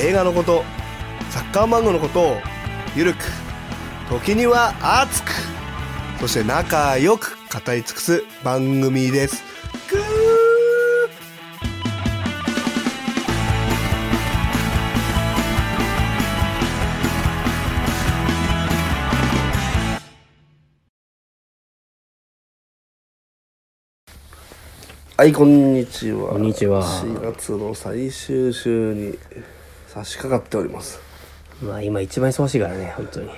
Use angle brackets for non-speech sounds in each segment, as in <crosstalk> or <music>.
映画のことサッカー漫画のことをゆるく時には熱くそして仲良く語り尽くす番組ですぐーはい、こんにちは。こんにちは4月の最終週に差し掛かっております。まあ今一番忙しいからね本当に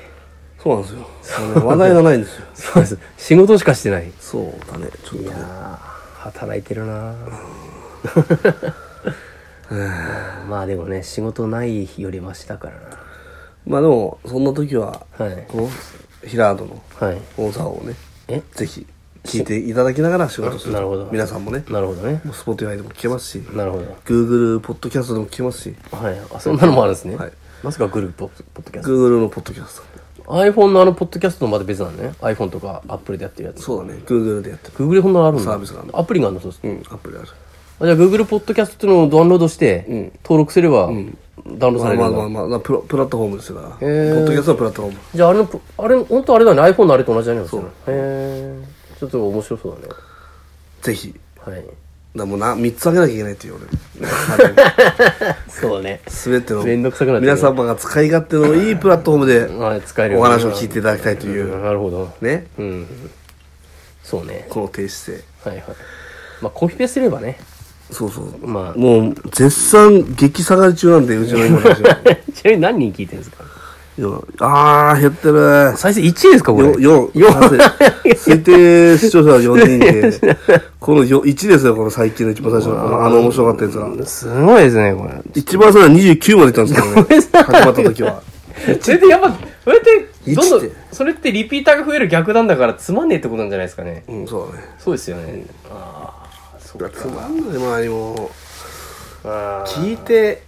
そうなんですよ。あの話 <laughs> 題がないんですよ。 <laughs> そうです仕事しかしてないそうだね、ちょっいとやね。ー働いてるな <laughs> まあでもね仕事ない日よりマシだからまあでも、そんな時は、なはいこう、ヒラードのはい大沢をね、えぜひ聞いていただきながら仕事する。なるほど皆さんもね、なるほどねスポーティファイでも聞けますし、なるほど Google ポッドキャストでも聞けますし、はいあそんなのもあるんですね、はいまさかグループポポッドキャス Google のポッドキャスト iPhone のあのポッドキャストのまた別なのね iPhone とか Apple でやってるやト。つそうだね、Google でやってる。 Google でこんなのあるんだサービスがあるアプリがあるのそうですうん、アプリある。あじゃあ Google ポッドキャストっていうのをダウンロードして、登録すれば、ダウンロードさまあれるまあんだ、まあまあ、まあプロプラットフォームですから、ポへーッドキャストはプラットフォーム。じゃああれのプ、あれ、本当あれだね。iPhone のあれと同じだね。そう。へえ。ちょっと面白そうだぜひ、ね。はい。なもうな、3つあげなきゃいけないっていう俺。 <laughs> そうね。すべてのめんどくさくなってくる皆様が使い勝手のいいプラットフォームまあ、使えでるお話を聞いていただきたいといううんなるほど。ねうん。そうね。この低姿勢はいはい。まあ、コピペすれば <laughs> ね。そうそう、まあもう絶賛激下がり中なんでうちの今の話 <laughs> はちなみに何人聞いてるんですかよあー減ってる再生1位ですかこれ。よよ推定視聴者は4人でこのよ1ですよこの最近の一番最初のあのあの面白かったやつがすごいですね、これ。一番最初は29までいったんですけどねめんな始さいまった時はそれでやっぱ、それって、どんど一っんて、それってリピーターが増える逆なんだから、つまんねえってことなんじゃないですかね。うんそうだねそうですよね。ああ、そうか。つまんない周りもあー聞いて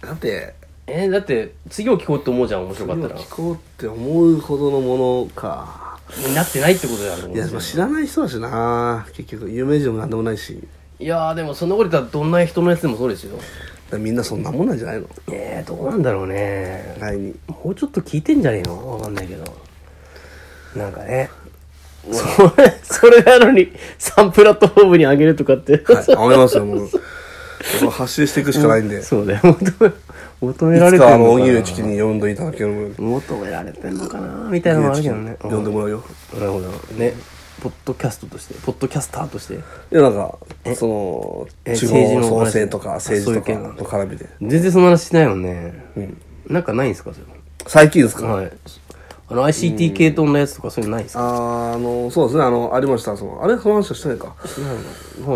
だってえーだって、次を聞こうって思うじゃん、面白かったら。聞こうって思うほどのものかになってないってことだと思うんいでやすでよも知らない人だしな結局有名人でも何でもないしいやーでもそんなこと言ったらどんな人のやつでもそうですよみんなそんなもんなんじゃないのえー、どうなんだろうね意外にもうちょっと聞いてんじゃねえのわかんないけどなんかねそれそれなのに3プラットフォームに上げるとか <laughs> って、はい思いますよもうこれ発信していくしかないんで、いつそうだよ求め求められてかあるのの荻上チかキなに呼んでいただけるの求められてんのかなみたいなのもあるけどね呼んでもらうようんなるほどねポッドキャストとしてポッドキャスターとしていやなんかそのえ地方政治の創話生とかあ政治とそういかう系のなの絡みで全然その話しないもんね、うんなんかないんですかそれ最近ですか、はい。あの、ICT 系統のやつとかそういうのないですかあーあのそうですねあのありましたそのあれその話はしてないかそ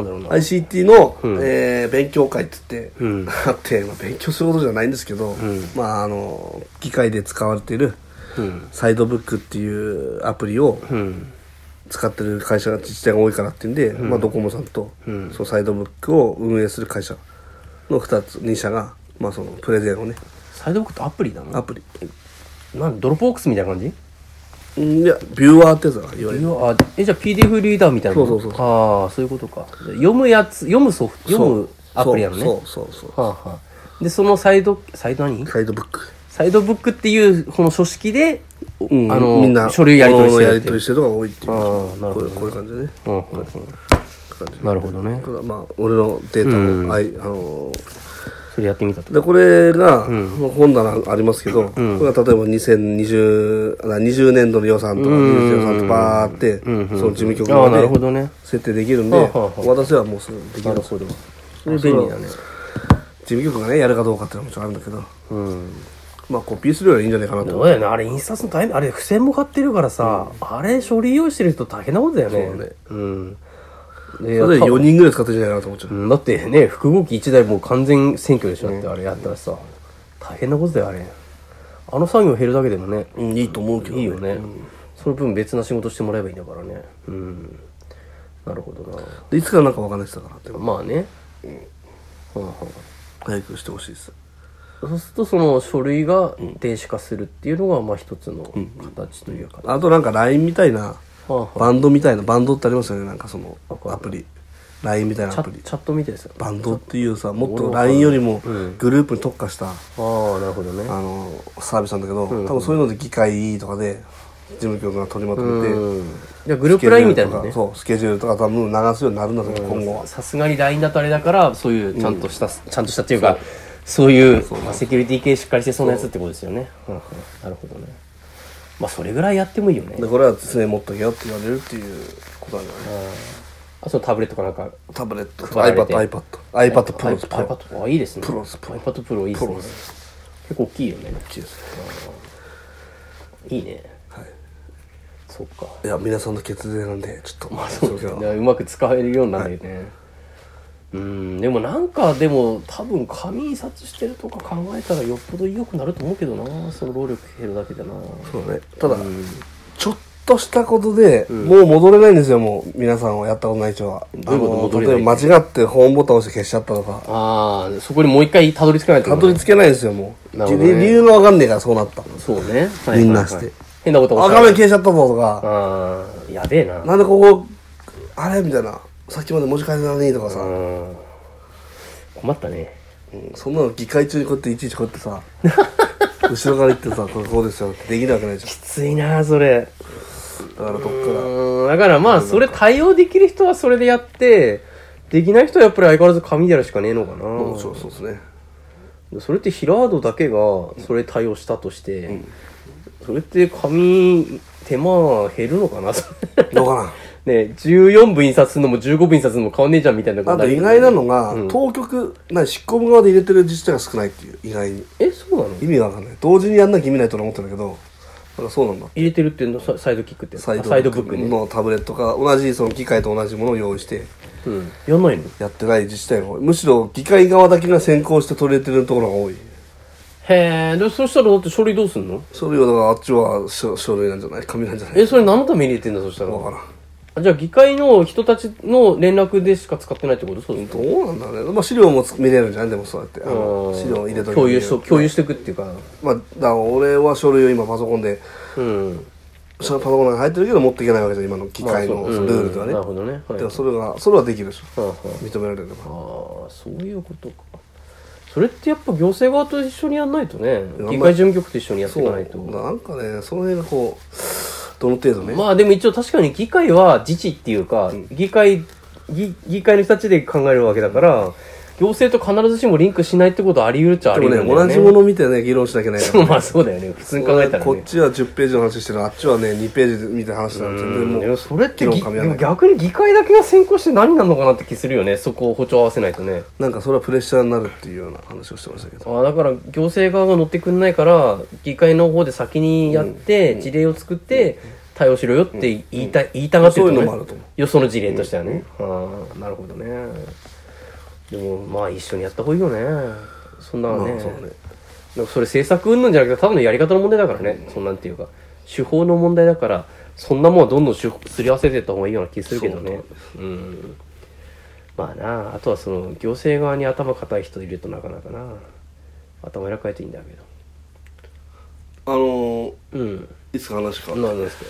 うだろうな。 ICT の、えー勉強会って言って、うんあって、まあ、勉強することじゃないんですけど、んまああの機械で使われているうん。サイドブックっていうアプリをうん。使ってる会社が自治体が多いからっていうんで、まあ、ドコモさんと、そのサイドブックを運営する会社の2つ2社が、まあ、そのプレゼンをねサイドブックってアプリなのアプリなんドロップボックスみたいな感じうんいやビューワーってやつだないわゆるあ、え、じゃあ PDF リーダーみたいなそうそうそうああ、そういうことか。じゃあ読むやつ、読むソフト、読むアプリなのね。そうそうそうそうはあはあ。で、そのサイド、サイド何サイドブックサイドブックっていう、この書式で、うんあの、みんな書類やり取りしてやるっりてい取うりしてるのが多いっていうあーなるほこうどいうこういう感じでねうんうんうん感じなるほどねこ。れはまあ俺のデータの、あいあのそれやってみたと。でこれが、まあ本棚ありますけど、これが例えば2020あ20年度の予算とか20年度の予算とかバーって、その事務局ああ、なるほまでどね。設定できるんで、はあはあ私はもうすぐできるんですけどそれ便利だね。事務局がねやるかどうかっていうのはもちろんあるんだけどうん。まあコピーするよりいいんじゃないかなとどうだよねあれ印刷の大変あれ付箋も買ってるからさ、あれ書類用意してる人大変なことだよねうねうんいれやで4人ぐらい使ってんじゃないかなと思っちゃう、うんだってね複合機1台もう完全選挙でしょだってあれやったらさ大変なことだよあれあの作業減るだけでもねうんいいと思うけどいいよね、その分別な仕事してもらえばいいんだからねうんなるほどなでいつからなんか分かんない人だからってまあね、うんうん早くしてほしいですそうするとその書類が電子化するっていうのがまあ一つの形というか、あとなんか LINE みたいなあはあバンドみたいなバンドってありますよねなんかそのわかるアプリ LINE みたいなチアャプリチャットみたいですよあバンドっていうさもっ俺とわかんない LINE よりもうんグループに特化した、あなるほどねあのサービスなんだけど、多分そういうので議会とかで事務局が取りまとめて、うんじゃあグループ LINE みたいなのねそうスケジュールとか多分流すようになるんだけど、今後はさすがに LINE だとあれだからそういうちゃんとした、ちゃんとしたっていうかそういうまあセキュリティ系しっかりしてそうなやつってことですよね、うんうんなるほどねまあそれぐらいやってもいいよねでこれは常に持っとけよって言われるっていうことなんだよねあそのタブレットかなんかタブレット配られて iPadiPadiPad iPad プロ iPad スプロ Pro あいいですね Pro です Pro iPad Pro いいでプすねロで結構大きいよね大きいですいいねはいそっかいや皆さんの血税なんでちょっとまあそう <laughs> ですねうまく使えるようになるよね、うんでもなんかでも多分紙印刷してるとか考えたらよっぽど良くなると思うけどなその労力減るだけでなそうねただ、ちょっとしたことで、もう戻れないんですよもう皆さんはやったことない人はどういうことあの戻れないって例えば間違ってホームボタン押して消しちゃったとかああそこにもう一回たどり着かないとたどり着けないですよもう、なる理ほどね理由が分かんねえからそうなったそうね、はみんなして変なことあ起き画た面消えちゃったぞとかああやべえななんでここあれみたいなさっきまで文字変えてたのにとかさ、うん困ったねうんそんなの議会中にこうやっていちいちこうやって <laughs> さ後ろから言ってさこれこうですよってできるわけないじゃきついなそれんだからどっからうんだからまあそれ対応できる人はそれでやってできない人はやっぱり相変わらず紙でやるしかねえのかなうんそうそうですねそれってヒラードだけがそれ対応したとして、それって紙手間減るのかなそ <laughs> れどうかなね14部印刷するのも15部印刷するのも変わんねえじゃんみたいなこあとに意る外なのが、当局な執行部側で入れてる自治体が少ないっていう意外にえそうなの意味がわかんない同時にやんなきゃ意味ないと俺思ってるけどなんかそうなんだ入れてるっていうのササイドキックってサイドあサイドブックね、のタブレットか同じその議会と同じものを用意してうん、やんないのやってない自治体が多いむしろ議会側だけが先行して取り入れてるところが多いへえでそしたらだって書類どうすんのそれよりはだからあっちは書書類なんじゃない紙なんじゃないえそれ何のために入れてんだそしたらわからんあじゃあ議会の人たちの連絡でしか使ってないってことそうするとどうなんだろうね、まあ、資料もつ見れるんじゃないでもそうやってあの資料を入れといて共有しと共有していくっていうかまあだから俺は書類を今パソコンでうんそのパソコンの中に入ってるけど持っていけないわけじゃん今の機械のまあルそうールではうんね、なるほどね、はいでもそれがそれはできるでしょ、はあは認められるのかああそういうことかそれってやっぱ行政側と一緒にやんないとねまり議会事務局と一緒にやっていかないとなんかねその辺がこうどの程度ね、まあでも一応確かに議会は自治っていうか、議会議議会の人たちで考えるわけだから、行政と必ずしもリンクしないってことはあり得るっちゃありでも得るね同んだよねじもの見てね議論しなきゃいけないかそうまあそうだよね普通に考えたららこっねちは10ページの話してるあっちはね2ページみたいな話してる全う然んもでもうそれっ議て論ぎ噛み合わない逆に議会だけが先行して何なのかなって気するよねそこを歩調合わせないとねなんかそれはプレッシャーになるっていうような話をしてましたけどあーだから行政側が乗ってくんないから議会の方で先にやって事例を作って対応しろよって言いた,、言いたがってるそういうのねもあると思よその事例としてはね、ああなるほどねでもまあ一緒にやった方がいいよねそんなのね,、まあそうねなんかそれ政策云々じゃなくて多分のやり方の問題だからね、そんなんていうか手法の問題だからそんなもんはどんどん手法すり合わせていった方がいいような気するけどねうんまあなああとはその行政側に頭固い人いるとなかなかな頭柔らかいといいんだけどあのーうんいつか話かなんですけ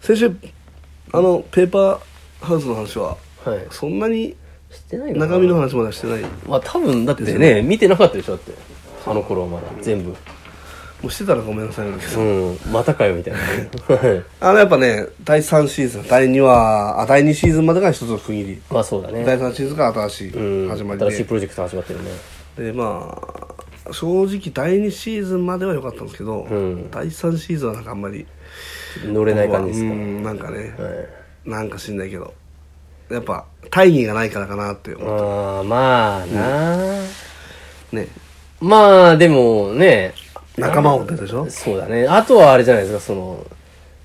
先週あのペーパーハウスの話はどはいそんなにしてないかな中身の話まだしてないもまあ多分だってね見てなかったでしょだってあの頃はまだ全部うしてたらごめんなさいなんだけうどんまたかよみたいな <laughs> はいあのやっぱね第3シーズン第2話あ第2シーズンまでが一つの区切りまあそうだね第3シーズンが新しいうん始まり新しいでプロジェクト始まってるねでまあ正直第2シーズンまでは良かったんですけど、ん第3シーズンはなんかあんまり乗れない感じですうかんなんかね、はいなんか知んないけどやっぱ大義がないからかなって思あーまあな、うねまあでもね仲間を出たでしょそうだねあとはあれじゃないですかその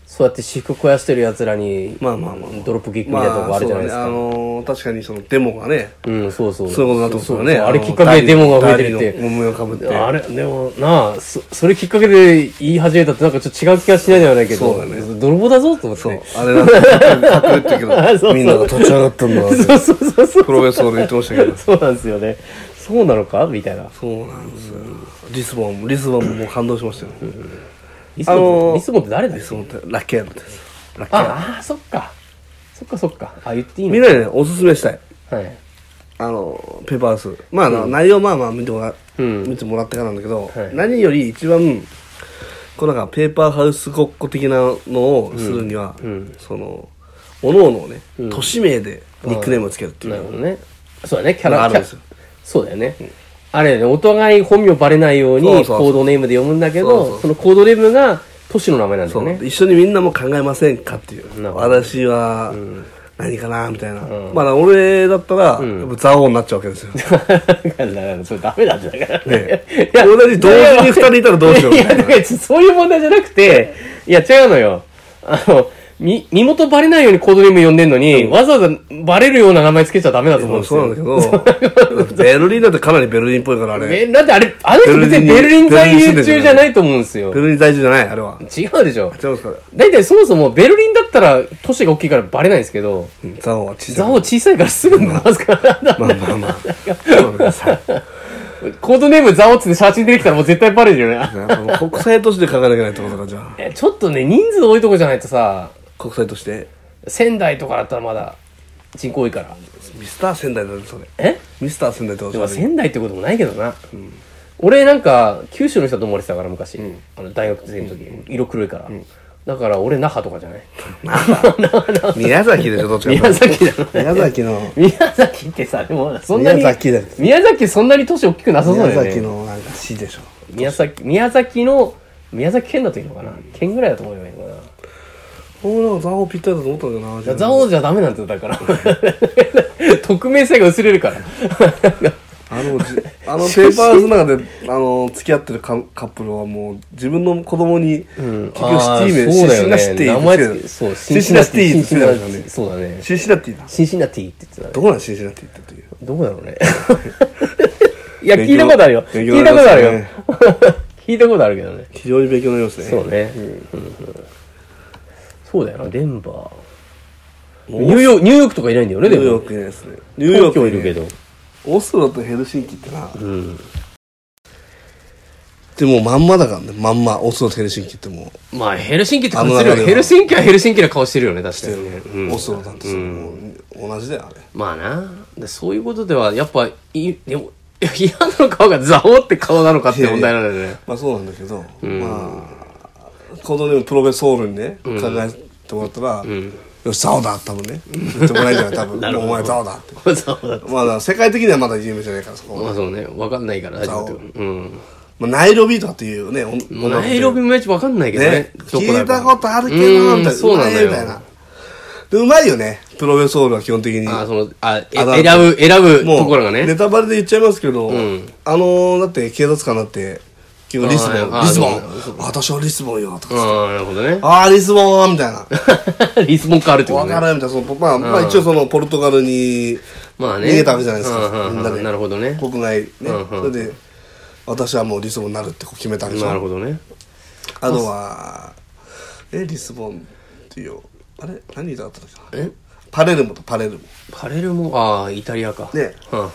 そうやって私服肥やしてる奴らに、まあまあまあまあドロップキックみたいなとこあるじゃないですまあか。そうだねあのー確かにそのデモがねうん、そうそう。そういうことになってますよねそうそうあれきっかけでデモが増えてるダーリーのっ模様かぶってて。あれ、でもなあ、そそれきっかけで言い始めたってなんかちょっと違う気がしないではないけど、そうだね泥棒だぞと思っそうて。あれだって隠れてるけ <laughs> そうそどうみんなが立ち上がったんだってそうそうそうそう。プロレスラーで言ってましたけどそうなんですよね。そうなのかみたいな。そうなんですよリスボンもリスボンももう感動しましたよリスボン、あのーリスボンって誰だっリけスボンってラケールですラケールああ、そっか。そっかそっか。あ、言っていいみんのなにねおすすめしたいはい。あのペーパースまああの内容まあまあ見てもらうん見てもらってからなんだけどはい何より一番こうなんかペーパーハウスごっこ的なのをするにはうんそのおのおのねうん都市名でニックネームをつけるっていなるほうどね。そうだね、キャラあるんキャですよそうだよね。あれだよね、お互い本名バレないようにそうそうそうコードネームで読むんだけど、そうそそうのコードネームが都市の名前なんだそよう、ね。一緒にみんなも考えませんかっていうなるほど私は何かなみたいな、うんまあ俺だったら、んやっぱ蔵王になっちゃうわけですよ、ね、だから、それダメなんだから。いや同じ同時に2人いたらどうしよういみや、たいだなからそういう問題じゃなくて、いや、違うのよ。あの、み、身元バレないようにコードネーム呼んでんのに、わざわざバレるような名前つけちゃダメだと思うんですそうなんよ。だけどベルリンだってかなりベルリンっぽいからあれベえ、だってあれ、あの人別にベルリン在留中じゃないと思うんですよ。ルリン在住じゃないあれは違うでしょ。違うんですかね大体そもそもベルリンだったら都市が大きいからバレないんですけど、うん蔵王は小座さ王い小さいからすぐ伸ばすから、まあまあまあそうだねさコードネーム座王っつって写真出てきたらもう絶対バレるよね。やっぱもう国際都市で考えなきゃいけないってことかじゃあえちょっとね、人数多いとこじゃないとさ、国際都市で仙台とかだったらまだ人口多いから。ミスター仙台だねそれえミスター仙台ってこでともだね仙台ってこともないけどな。俺なんか、九州の人だと思われてたから昔、あの大学生の時、色黒いから。だから俺那覇とかじゃない宮崎でしょどっちかって宮崎だろ。宮崎の宮崎ってさ、でもそんなに、宮崎だよ宮崎そんなに都市大きくなさそうだ宮よね。崎のなんか市でしょ宮崎、宮崎の、宮崎県だといいのかな県ぐらいだと思えばいいのかな俺なんか蔵王ぴったりだと思ったんだよなじゃあ蔵王じゃダメなんてだから。 <laughs> 匿名性が薄れるから。あ <laughs> のじあのペーパーズの中であの付き合ってるカカップルはもう自分の子供に、結局シあーティ名そうだシよンねナシティ名前つけそう、シンナシティってシ言ってたンシナシテよィねそうだね。シンシナティだシンシナティって言ってたね。どこなんシンシナティってっていうどこだろうね。 <laughs> いや、聞いたことあるよ。勉強聞いたことあるよ勉。聞いたことあるけどね。非常に勉強になりますねそうね。うんうんそうだよな、デンバー。うニューヨーク、ニューヨークとかいないんだよね、ニでューヨもー。クいないですねニューヨー東ク京ねいるけど。オスロとヘルシンキってなうん。でもまんまだからねまんまオスロとヘルシンキってもまあ、ヘルシンキって感じすあのるよ中ではヘルシンキはヘルシンキな顔してるよね、確かう、にね。うんオスロなんてさ、もう同じだよあれまあな。でそういうことでは、やっぱ、い、でも、いや、嫌なの顔がザオって顔なのかって問題なんだよね。まあそうなんだけど、まあこのでもプロベソールにね、考えてもらったら、よしザオだ多分 <laughs> ね言ってもらえるんじゃない多分もうお前ザオだってザオだって。まあだから世界的にはまだ有名じゃないからそこは、まあそうね、わかんないから大丈夫だけど。うん。まあ、ナイロビーとかっていうねもうナイロビもいちわかんないけどね。ねどこだか聞いたことあるけどみたいなうんそうなんだようまいみたいなでうまいよねプロベソールは基本的にあ、その、あ、えあだ選ぶ、選ぶところがネね。タバレで言っちゃいますけど、んあのーだって警察官だって結構リスボあンーリスボンあ私はリスボンよとかうん、なるほどね。ああリスボンみたいな <laughs> リスボン変わるってことわね。からんみたいなそのまあ、まあ一応そのポルトガルにまあ逃ね。げたわけじゃないですうんか、うんみんなうでんなるほどね。国内ね、うんうんそれで私はもうリスボンになるってこう決めたわけでしょなるほどね。あとはえリスボンっていうあれ何言いたかったんだっけなえパレルモとパレルモパレルも、ああ、イタリアか。ねうんうん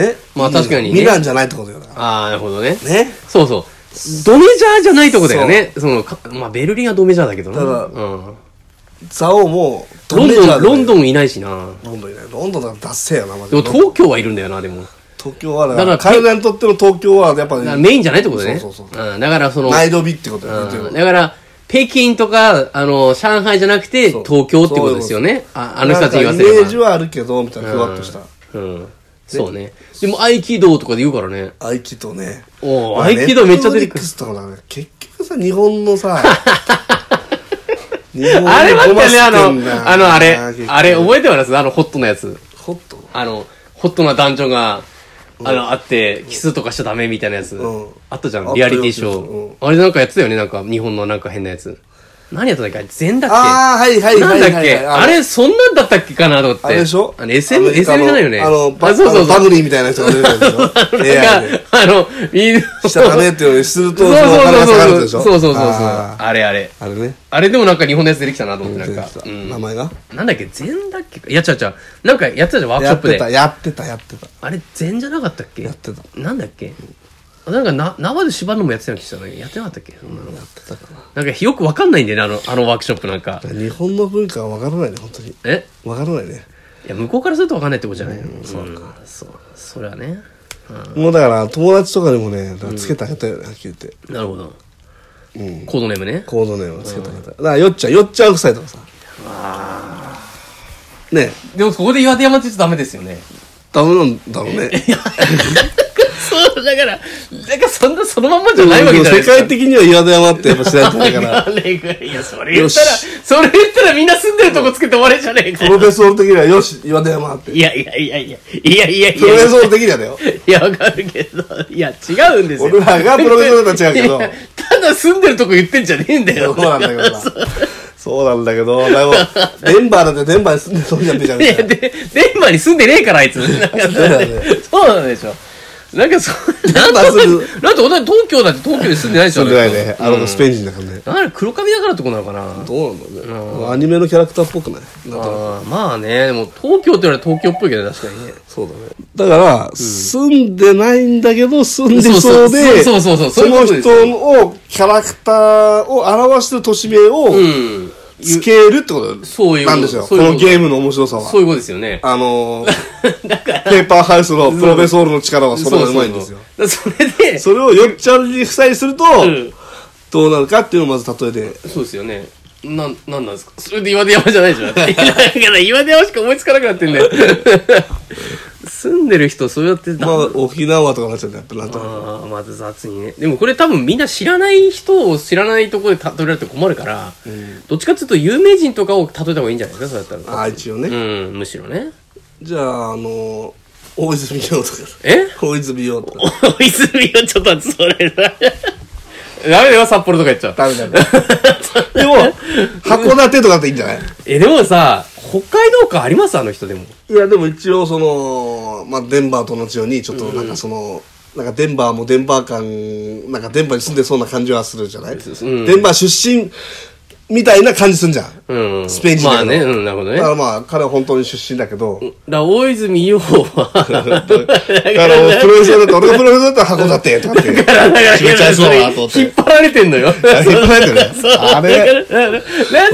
ねまあ確かにねミランじゃないってことよだかああ、なるほどね。らねそうそう。ドメジャーじゃないとこだよね。そのか、まあ、ベルリンはドメジャーだけどな。ただうん。ザオもロンメジャーだドよン、ロンドンいないしな。ロンドンいない。ロンドンだからダッセーよな、マジでで。も東京はいるんだよな、でも。東京はだから、だから彼らにとっての東京はやっぱだからり、メインじゃないってことね。そうそううん。だからその、ナイドビってことだよね。うんでもだから、北京とか、あの、上海じゃなくて、そう東京ってことですよね。ああの人たちに言わせなんかイれメージば。はあるけど、みたいな、ふわっとした。うん。そうね。でも、合気道とかで言うからね。合気道ね。おーまあ合気道めっちゃ出てくネットフリックるスとかだね。結局さ、日本の <laughs> さ、日本のあれ待っごまてね、あの捨てんだよ、なあの、あれ、結局あれ、覚えてますあの、ホットなやつ。ホットあの、ホットな男女が、あの、あって、キスとかしちゃダメみたいなやつうん。あったじゃあったよん、リアリティシうョーん。あれなんかやってたよね、なんか、日本のなんか変なやつ。何やったっけ全だっけああ、はいはいなはんいだはっいけ、はい。あれ、そんなんだったっけかなと思って。あれでしょあの ?SM、アメリ SM じカゃのないよね。あの、バあそうそうそう。あのバグリーみたいな人が出てたでしょ AI <laughs> なんでか、あの、 <laughs> みんな、しちゃダメっていうのにすると、そうそのお金が下がるそうでしそょうそう。そうそうそうそう。あーあれあれ。あれね。あれでもなんか日本のやつ出てきたなと思って、なん出かてき。たうん名前がなんだっけ禅だっけかいや、ちゃうちゃう。なんかやってたじゃん、ワークシやョッっプてた、で。やってた、やってた。あれ、禅じゃなかったっけやってた。なんだっけなんかな、縄で縛るのもやってたような気したんだけど、やってなかったっけそんなの。やってたかな。なんかよくわかんないんだよね、あの、あのワークショップなんか。日本の文化はわからないね、本当に。えわからないね。いや、向こうからするとわかんないってことじゃないのそうか。そう。それはね。うもうだから、友達とかにもね、だからつけてあげたよね、はっきり言って。んなるほど。うん。コードネームね。コードネームはつけてあげた。だから、よっちゃん、よっちゃん夫妻とかさ。ねでも、ここで岩手山って言っちゃダメですよね。ダメなんだろうね。そう、だから、だからそんな、そのまんまじゃないわけじゃない世ですか。界的には岩田山ってやっぱ知られてないから <laughs> あ。れがいや、それ言ったら、よしそれ言ったらみんな住んでるとこつけて終わりじゃねえかプよ。ロフェッソール的には、よし、岩田山って。いやいやいやいや、いやいやいプロフェやッ。ソール的にはだよ。いや、わかるけど、いや、違うんですよ。俺らがプロフェッソールとは違うけどいや。ただ住んでるとこ言ってんじゃねえんだよ。そうなんだけど <laughs> さ。そうなんだけど、でも、デンバーだってデンバーに住んでそうになってじゃんい。や、で、デンマーに住んでねえから、あいつ。なんかそうだよそうなんでしょ。なんかそう、デなンんマーだって住んで、だって同じ東京だって東京に住んでないでしょ。住んでないね。あの子スペイン人だからね。あれ黒髪だからってことなのかなどうなんだろうね。アニメのキャラクターっぽくないあーまあね、でも東京って言われたら東京っぽいけど確かにね。そうだね。だから、住んでないんだけど、住んでそうで、そうそうそうそうそういうのことですよ人を、キャラクターを表してる都市名うを、ん。つけるってことそういうことなんですよ。そこういうことのゲームの面白さそうは。いうことですよね。あのー、 <laughs> ペーパーハウスのプロフェソールの力はそれがうまいんですよ。そうそうそうだからそれで、それをよっちゃんに負債すると、うんどうなるかっていうのをまず例えて。そうですよね。なん、なんなんですかそれで岩手山じゃ <laughs> ないじゃん。だから岩手山しか思いつかなくなっ <laughs> てんだよ。住んでる人、そうやって、まあ、沖縄とかになっちゃうんだよ、やっぱなんとなくああ、まず雑にね。でもこれ多分みんな知らない人を知らないところで例えられて困るから、どっちかっていうと有名人とかを例えた方がいいんじゃないですか、そうやったら。ああ、一応ね。うん、むしろね。じゃあ、あのー、大泉洋とか。え大泉洋とか。大泉洋ちょっとそれだ。ダメだよ、札幌とか言っちゃう。ダメダメ。で <laughs> も、函館とかっていいんじゃないえ、でもさ、北海道感ありますあの人でも。いや、でも一応その、まあ、デンバーと同じように、ちょっとなんかその、なんかデンバーもデンバー感、なんかデンバーに住んでそうな感じはするじゃない、んデンバー出身みたいな感じすんじゃん。うん。スペイン人だまあけどね、うん、なるほどね。だだかからまあ、彼は本当に出身だけど、ら、大泉洋は、だから、プロレスだった俺がプロレスだったら函館とかって。だから、だから、決めちゃいそうだなと思って引っ張られてん <laughs> のよ。あ引っ張られてるね <laughs> そうあれだからなんで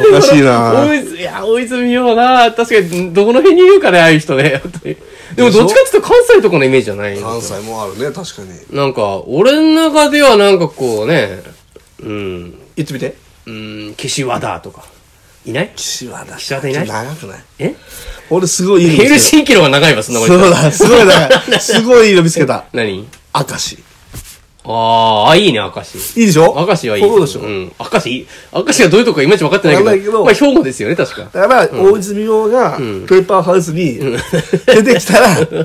そのおかしいな大泉いや、大泉洋な、確かに、どこの辺にいるかね、ああいう人ね。本当にでも、でしょどっちかっていうと関西とかのイメージじゃない関西もあるね、確かに。なんか、俺の中ではなんかこうね、うん、言ってみて。うん、岸和田とか。いない岸和田。岸和田いない長くないえ俺すごいいいのヘル見つけシンキの方が長いわ、そんなた。ことそ言うったら。だ、すごい長い。す <laughs> ごいいいの見つけた。何明石。あーあ、いいね、明石。いいでしょ明石はいい。そうでしょ。うん。明石いい、明石がどういうとこかいまいち分かってないけど。わかんないけどまあ、兵庫ですよね、確か。だから、大泉洋が、ペーパーハウスに出てきたら、プロフ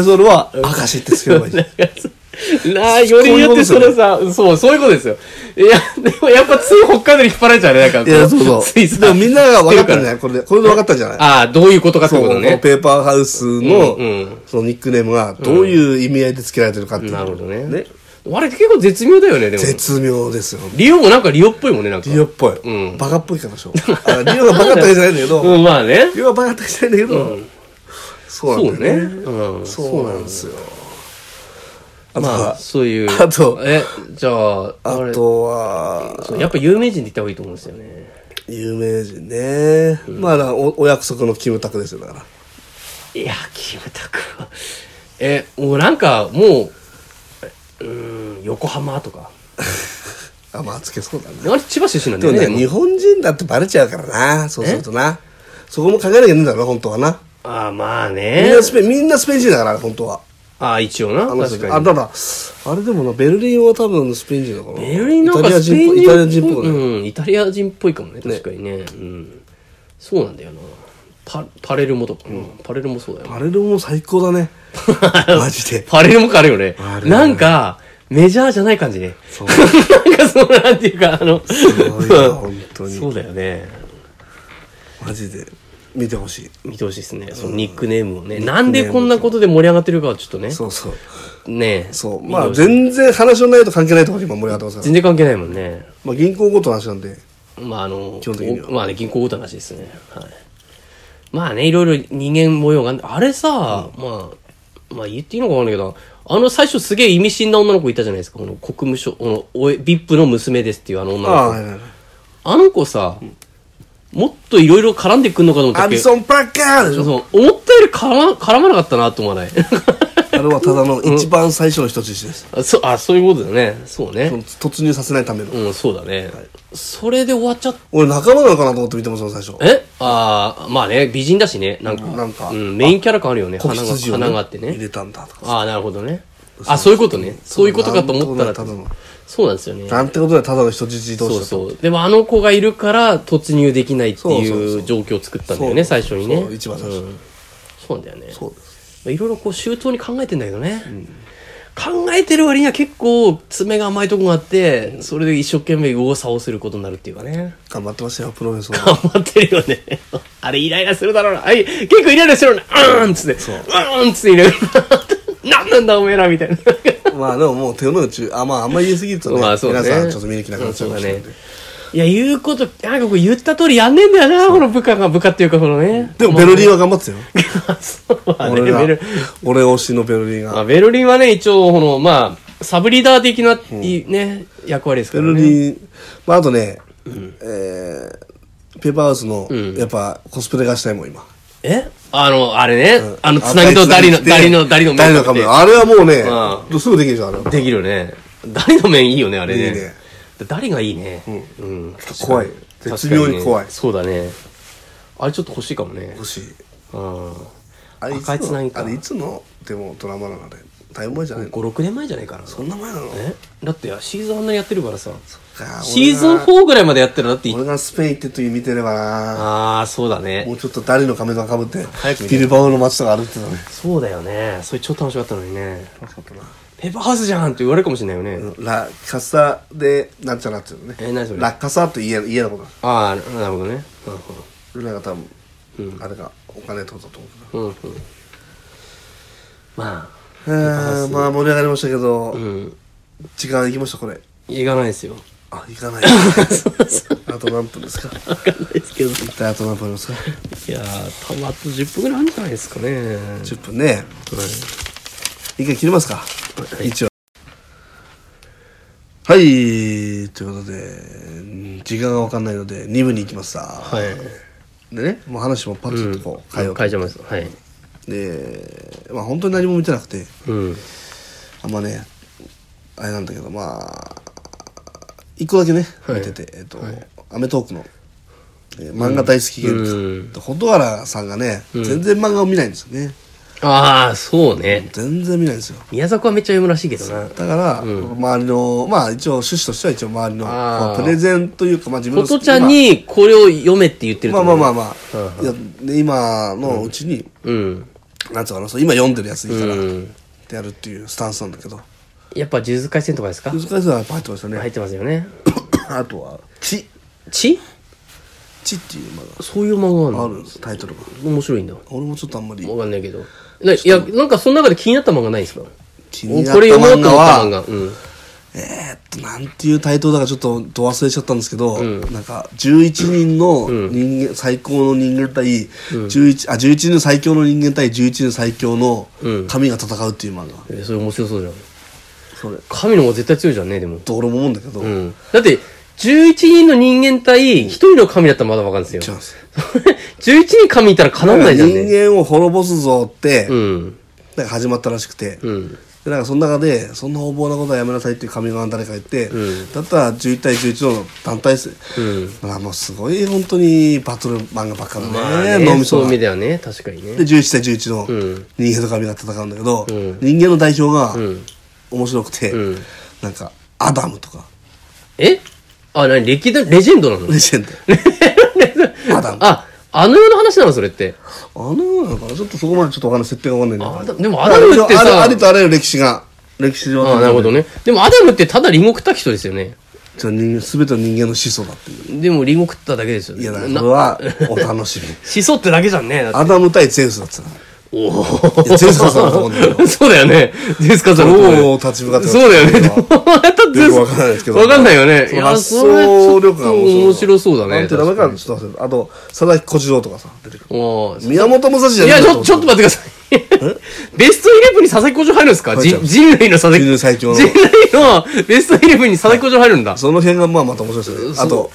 ェソールは、明石ってつければいい。なあ、よりによってそれさ、そう、そういうことですよ。いや、でもやっぱつい北海道に引っ張られちゃうね、なんかこ。いや、そう <laughs> そう。ついさでもみんなが分かったんじゃないこれで。これで分かったんじゃないああ、どういうことかってそう、こことのね。ペーパーハウスのうんうん、そのニックネームが、どういう意味合いで付けられてるかっていう。なるほどね。あれ結構絶妙だよね、でも。絶妙ですよ。リオもなんかリオっぽいもんね、なんか。リオっぽい。うんバカっぽいからでしょ。あリオがバカったわけじゃないんだけど、うん、まあね。リオがバカったわけじゃないんだけど、そうそなうんね。だよね。うん。そうなんですよ。あとまあ、は、そういう。あとえ、じゃあ、ああれ、とは、そうやっぱ有名人で言った方がいいと思うんですよね。有名人ね。まあ、だからおお約束のキムタクですよ、だから。いや、キムタクは。え、もうなんか、もう、うーん、横浜とか。あ、まあ、つけそうだね。あれ、千葉出身なんだでよもね。ね、でも日本人だってバレちゃうからな、そうするとな。そこも考えなきゃいけないんだろう、本当はな。ああ、まあみんねな。スペイン、みんなスペイン人だから、本当は。ああ、一応な。あの確人かあ、に。ただ、あれでもな、ベルリンは多分スペイン人だから。ベルリンなんかイタリアスペイ人っンぽい。イタリア人っぽいね。うん、イタリア人っぽいかもね、確かにね。うん。そうなんだよな。パパレルモとか、パレルモそうだよなパレルも最高だね。マジで。 <laughs> パレルも変わるよねあ。るなんか、メジャーじゃない感じね。なんかそうなんていうか、あの、すごいな、本当そうにだよねマジで見てほし見てほしいですねそのニックネームをね、なんでこんなことで盛り上がってるかはちょっとねいそうそうねえそうまあ全然話の内容と関係ないところに今盛り上がってますから全然関係ないもんねまあ銀行ごとの話なんでまああの基本的にはおまあね銀行ごとの話ですねはいまあねいろいろ人間模様があんあれさ、まあまあ言っていいのかわかんないけどあの最初すげえ意味深な女の子いたじゃないですかこの国務省このおえ VIP の娘ですっていうあの女ああはの子いはいはいあの子さ、もっといろいろ絡んでくんのかと思っアたけビどソンプラッカーでしそうょそう思ったより絡ま絡まなかったなと思 <laughs> わないあれはただの一番最初の人質ですあそうあそういうことだねそうねその突入させないためのうんそうだね、それで終わっちゃっ俺仲間なのかなと思って見てますよ最初えああまあね美人だしねなんかなんかうん、メインキャラ感あるよね子花が羊を、花があって入ねれたんだとかああなるほどねあそういうことねそういうことかと思ったならんてことないただのそうなんですよねなんてことでただの人質同そう士だとそうでもあの子がいるから突入できないってそうそういそうう状況を作ったんだよねそう最初にねそう一番最初うんそうなんだよねそうですまあいろいろこう周到に考えてんだけどね、考えてる割には結構爪が甘いとこがあって、それで一生懸命右往左往することになるっていうかね <laughs> 頑張ってましたよプロフェッサー頑張ってるよね <laughs> あれイライラするだろうなあい結構イライラするよねうーんっつってう <laughs> ーんっつってイライラ何なんだおめえらみたいな <laughs> まあでももう手の内あまああんまり言い過ぎるとねまあそうね皆さんちょっと見に来なくなっちゃうかうんもそしれうだねないんでいや言うことなんかこう言った通りやんねえんだよなこの部下が部下っていうかこのねでもベルリンは頑張ってたよ <laughs> そうだね俺ベルが俺推しのベルリンまあ、がベルリンはね、一応、この、まあ、サブリーダー的な、いね、役割ですかベらね。ルリンまああとねえーペーパーハウスのやっぱコスプレがしたいもん今えあの、あれね、あの、つ赤なぎいとダリの、つなぎ着てダリの、ダリの面ダリのかぶ髪ってあれはもうねうすぐできるじゃんあれはできるよね。ダリの面いいよね、あれね。いいねダリがいいね。うん。怖い確かね絶妙に怖いそうだね。あれちょっと欲しいかもね欲。しいうん。あれいつ赤いつなぎのかあれいつのでもドラマなのでだいぶ前じゃない5、の6年前じゃないかな。そんな前なのえだって、シーズンあんなやってるからさ。かシーズン俺が4ぐらいまでやってるだって、俺がスペイン行ってる時見てればなああ、そうだね。もうちょっと誰の仮面がかぶって早く見てビルバオの街とか歩いてたねそうだよね。それ超楽しかったのにね。楽しかったなペーパーハウスじゃんって言われるかもしれないよね。ラカサでなんちゃらっていうのねえ何それラカサって家家のことだああ、なるほどね。なるほ俺らが多分、あれがお金ってことだと思うど。うん、うん。まあ、けどえーまあ盛り上がりましたけど、うん。時間いきましたこれいかないですよ。あ行 <laughs> かないあと何分ですかわかんないですけど。い一体あと何分ありますかやー、たまあと10分ぐらいあるんじゃないですかね。 10分ね一回切りますか一応はいということでうん時間が分かんないので2部に行きましたはい。でねもう話もパッとこう変えようと変えちゃいます。はい。でまあ本当に何も見てなくてうん。あんまねあれなんだけどまあ一個だけねはい見てて、えっと、アメトークの、えー漫画大好き芸人さん、うんで蛍原さんがね、全然漫画を見ないんですよねああ、そうね。全然見ないんですよ宮崎はめっちゃ読むらしいけどな。だから、周りのまあ一応趣旨としては一応周りのあーまあプレゼンというかまあ自分このとちゃんにこれを読めって言ってるまとあ思まあう。まああ。まあ、いやで今のうちに、うん。なんつうかなそう今読んでるやつにから、うんってやるっていうスタンスなんだけどやっぱ呪術廻戦とかですか難しいのはやっぱ入ってましたね、入ってますよね。あとは「ち」血「ち」っていう漫そういう漫画画ああるるのんですタイトルが面白いんだ。俺もちょっとあんまりわかんないけど。ないや、なんかその中で気になった漫画ないですか気になったこれ漫読もうと思画ったは漫画。うん。えーっとなんていうタイトルだかちょっとど忘れちゃったんですけど、なんか11人の人間、最高の人間対、11あ11人の最強の人間対11人の最強の神が戦うっていう漫画、えそれ面白そうじゃん。それ神の方が絶対強いじゃんね、でも。と俺も思うんだけど、う違うんん。だって、11人の人間対1人の神だったらまだわかるん <laughs> ですよ。ですよ11人神いたら叶わないじゃんね。人間を滅ぼすぞって、うん。なんか始まったらしくて、うん。でなんかその中でそんな横暴なことはやめなさいっていう神側が誰か言って、うんだったら11対11の団体です、うん。まあもうすごい本当にバトル漫画ばっかだね,、まあね、脳みそそういうが意味でだよね、確かにね。 11対11のうん人間と神が戦うんだけど、うん人間の代表がん面白くて、うんなんかアダムとかえあ、なに、歴代、レジェンドなのレ <laughs> ジェンドアダムああ、あの世の話なの、それって。の世なのかなちょっとそこまでちょっとわかんない設定がわかんないんだあけだどでもアダムってさありありありとあらゆる歴史が歴史上ああ、なるほどね。でもアダムってただ隣国った人ですよね。じゃあ人間全ては人間の始祖だっていうでもリンゴ食っただけですよいやだからなそれはお楽しみしそってだけじゃんねだってアダム対ゼウスだっつったからおいやゼウスカさんだと思うんだけ <laughs> おそうだよねゼウスカさんそうおお立ち向かってそうだよね俺どはうやったってよくわかんないですけどわかんないよねそいのや発それちょ想っと力が面白い面白そうだねなんて名前かちょっと忘れたあと佐々木小次郎とかさ出てくるおー宮本武蔵じゃいないや、ちょ、ちょっと待ってください。ベストイレブンに佐々木小次郎入るんですか入っちゃ人う人類の佐々木。人類最強の人類のベストイレブンに佐々木小次郎入るんだ。その辺がまあまた面白いですねあと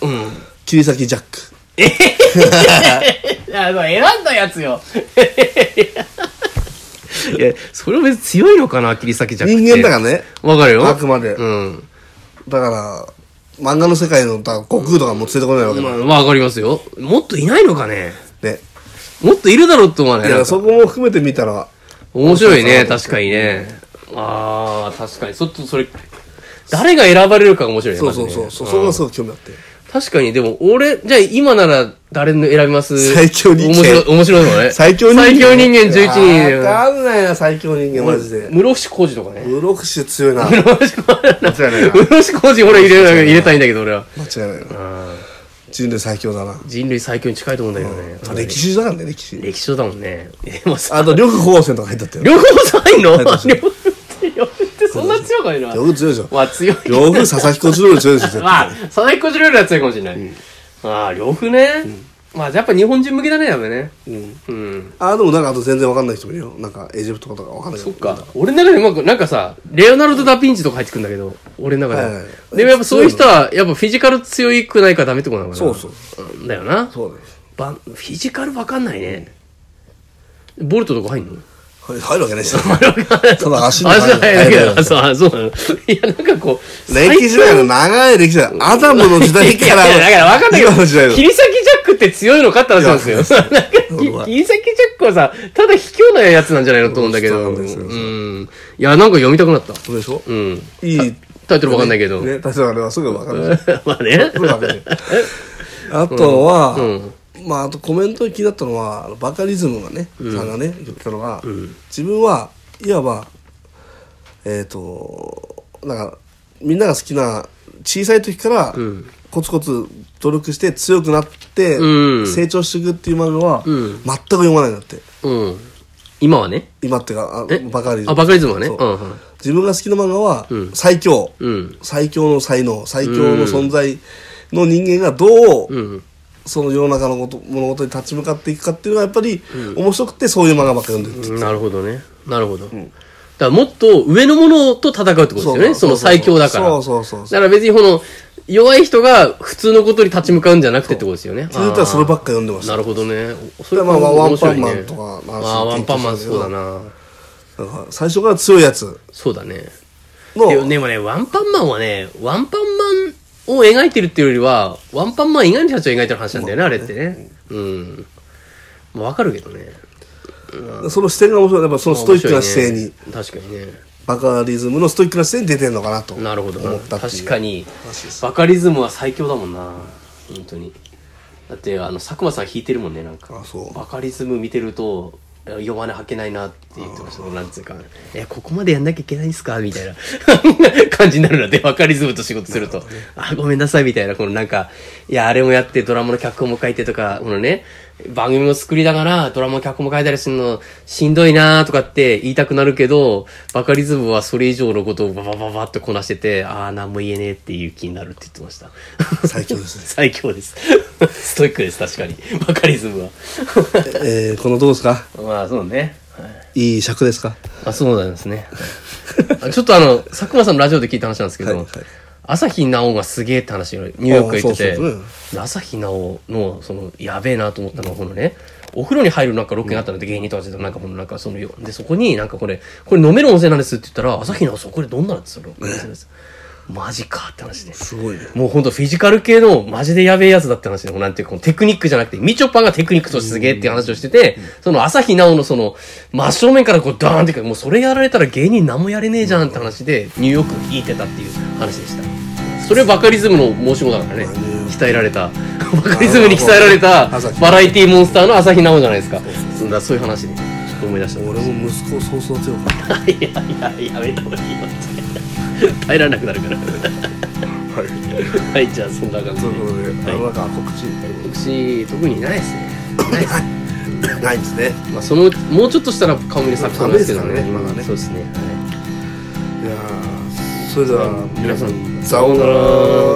切り裂きジャックいや、選んだやつよ。 <laughs> いや、それは別に強いのかな、切り裂きじゃなくて人間だからねわかるよ。あくまでうん。だから漫画の世界のだから悟空とかも連れてこないわけだ、まあ、わかりますよ。もっといないのかね。ねもっといるだろうと思わないい。やそこも含めて見たら面白いね、確かにね。ああ、確かに。そっと、それ、誰が選ばれるかが面白いね。そうそうまずそねうそうそこがすごく興味あって確かに、でも、俺、じゃあ今なら誰の選びます最強人間面白い、面白いのね。最強人間最強人間わ11かんないな最強人人。間マジで室伏浩二とかね。室伏強い <laughs> な間室伏浩二違いないな室伏浩二俺入れ入れたいんだけど、俺は。間違いないな人類最強だな人類最強に近いと思うんだけどね。あ歴史だからね歴史歴史書だもんね。でもさ、あと緑光線とか入ったってよ両方強いの両確方かにってそんな強くないな。両方強いでしょまあ強い。両方佐々木小次郎より強いでしょ絶対まあ、佐々木小次郎よりは強いかもしれない。まあ、両夫ね。まあ、やっぱ日本人向けだね、やっぱね。うんうん。あでもなんかあと全然わかんない人もいるよなんかエジプトとかわかんないそっか。俺の中でうまく、なんかさ、レオナルド・ダ・ヴィンチとか入ってくんだけど、俺の中では。はいはいはいでもやっぱそういう人は、やっぱフィジカル強いくないからダメってことなのかな。そううん。だよな。そうねばフィジカルわかんないね。ボルトとか入んの入るわけないしただ足のあ、そ入う、だけるど、あそう、あそうなの。いや、なんかこう、歴史最だよ長い歴史だよアダムの時代いかやらいやだから分かんないけ今のど、時代切のり裂きジャックって強いのかって話なんですよ。なんか俺は切り裂きジャックはさ、ただ卑怯なやつなんじゃないのと思うんだけど。そううなんですよん。いや、なんか読みたくなった。そうでしょうん。いいタイトルわかんないけど。ね確かにあれはすぐわかるでしょ <laughs> まあねす。ぐわかるあとは、うんまああとコメントで気になったのはあのバカリズムがね、さんがね言ったのは、自分はいわばえっ、となんかみんなが好きな小さい時から、コツコツ努力して強くなって、うん成長していくっていう漫画は、うん全く読まないんだってうん。今はね。今っていうかえあバカリズムあ、バカリズムはね。うそうんうん。自分が好きな漫画は、最強、うん。最強の才能最強の存在の人間がどう、うん。その世の中のこと物事に立ち向かっていくかっていうのはやっぱり面白くてそういう漫画ばっかり読んでるっていう、なるほどね。なるほど。だからもっと上のものと戦うってことですよね。その最強だから。そうそうそうそうだから別にこの、弱い人が普通のことに立ち向かうんじゃなくてってことですよね。気づいたらそればっかか読んでましたなるほどね。おそれまあまあ面白いねワンパンマンとかの話ああ、ワンパンマンそうだな。だから最初から強いやつそうだね。のででもね、ワンパンマンはね、ワンパンマンを描いてるっていうよりは、ワンパンマン以外の人たちを描いてる話なんだよね、あれってね。うん。まあ、わかるけどね。その視点が面白いやっぱそのストイックな姿勢に、まあ面白いね確かにね。バカリズムのストイックな姿勢に出てるのかなとなるほど思なったっていう確かに話ですバカリズムは最強だもんな本当にだってあの佐久間さん弾いてるもんねなんかあそうバカリズム見てると弱音吐けないなって言ってましたなんつうか「えここまでやんなきゃいけないんすか?」みたいな <laughs> 感じになるのでバカリズムと仕事すると「あごめんなさい」みたいなこのなんかいやあれもやってドラマの脚本も書いてとかこのね番組も作りながらドラマの脚本も書いたりするのしんどいなーとかって言いたくなるけどバカリズムはそれ以上のことをババババッとこなしててああ何も言えねえっていう気になるって言ってました最強ですね <laughs> 最強ですストイックです確かにバカリズムはえ <laughs> ーこのどうですか <laughs> まあそうね、はいいい尺ですかあそうなんですねあちょっとあの佐久間さんのラジオで聞いた話なんですけど、はいはい朝日奈央がすげえって話をニューヨークへ行ってあてそうそう朝日奈央のそのやべえなと思ったのはこのねお風呂に入るなんかロケがあったので芸人とかしてたなんかこのなんかそのよでそこになんかこれこれ飲める温泉なんですって言ったら朝日奈央そこでどんなのって言ったら温泉ですマジかって話ですごいねもうほんとフィジカル系のマジでやべえやつだって話で、なんていうか、このテクニックじゃなくて、みちょぱがテクニックとしてすげえっていう話をしてて、その朝日奈央のその、真正面からこうダーンってか、もうそれやられたら芸人何もやれねえじゃんって話で、ニューヨークに行ってたっていう話でした。それバカリズムの申し子だからね、鍛えられ <laughs> た、バカリズムに鍛えられた朝、日バラエティモンスターの朝日奈央じゃないですか。そうだそういう話で、ちょっと思い出した。俺も息子そうそう強かった <laughs> いやいや、やめた方がいいよって。耐えられなくなるから。はいはいじゃあそんな感じとでいうことで、あのはなんか告知い、私特にないですねないですないんですねまあそのもうちょっとしたら顔見れ作家なんですけどねダメですからね今がねそうですねはいいやーそれでは皆さんささよよううなならら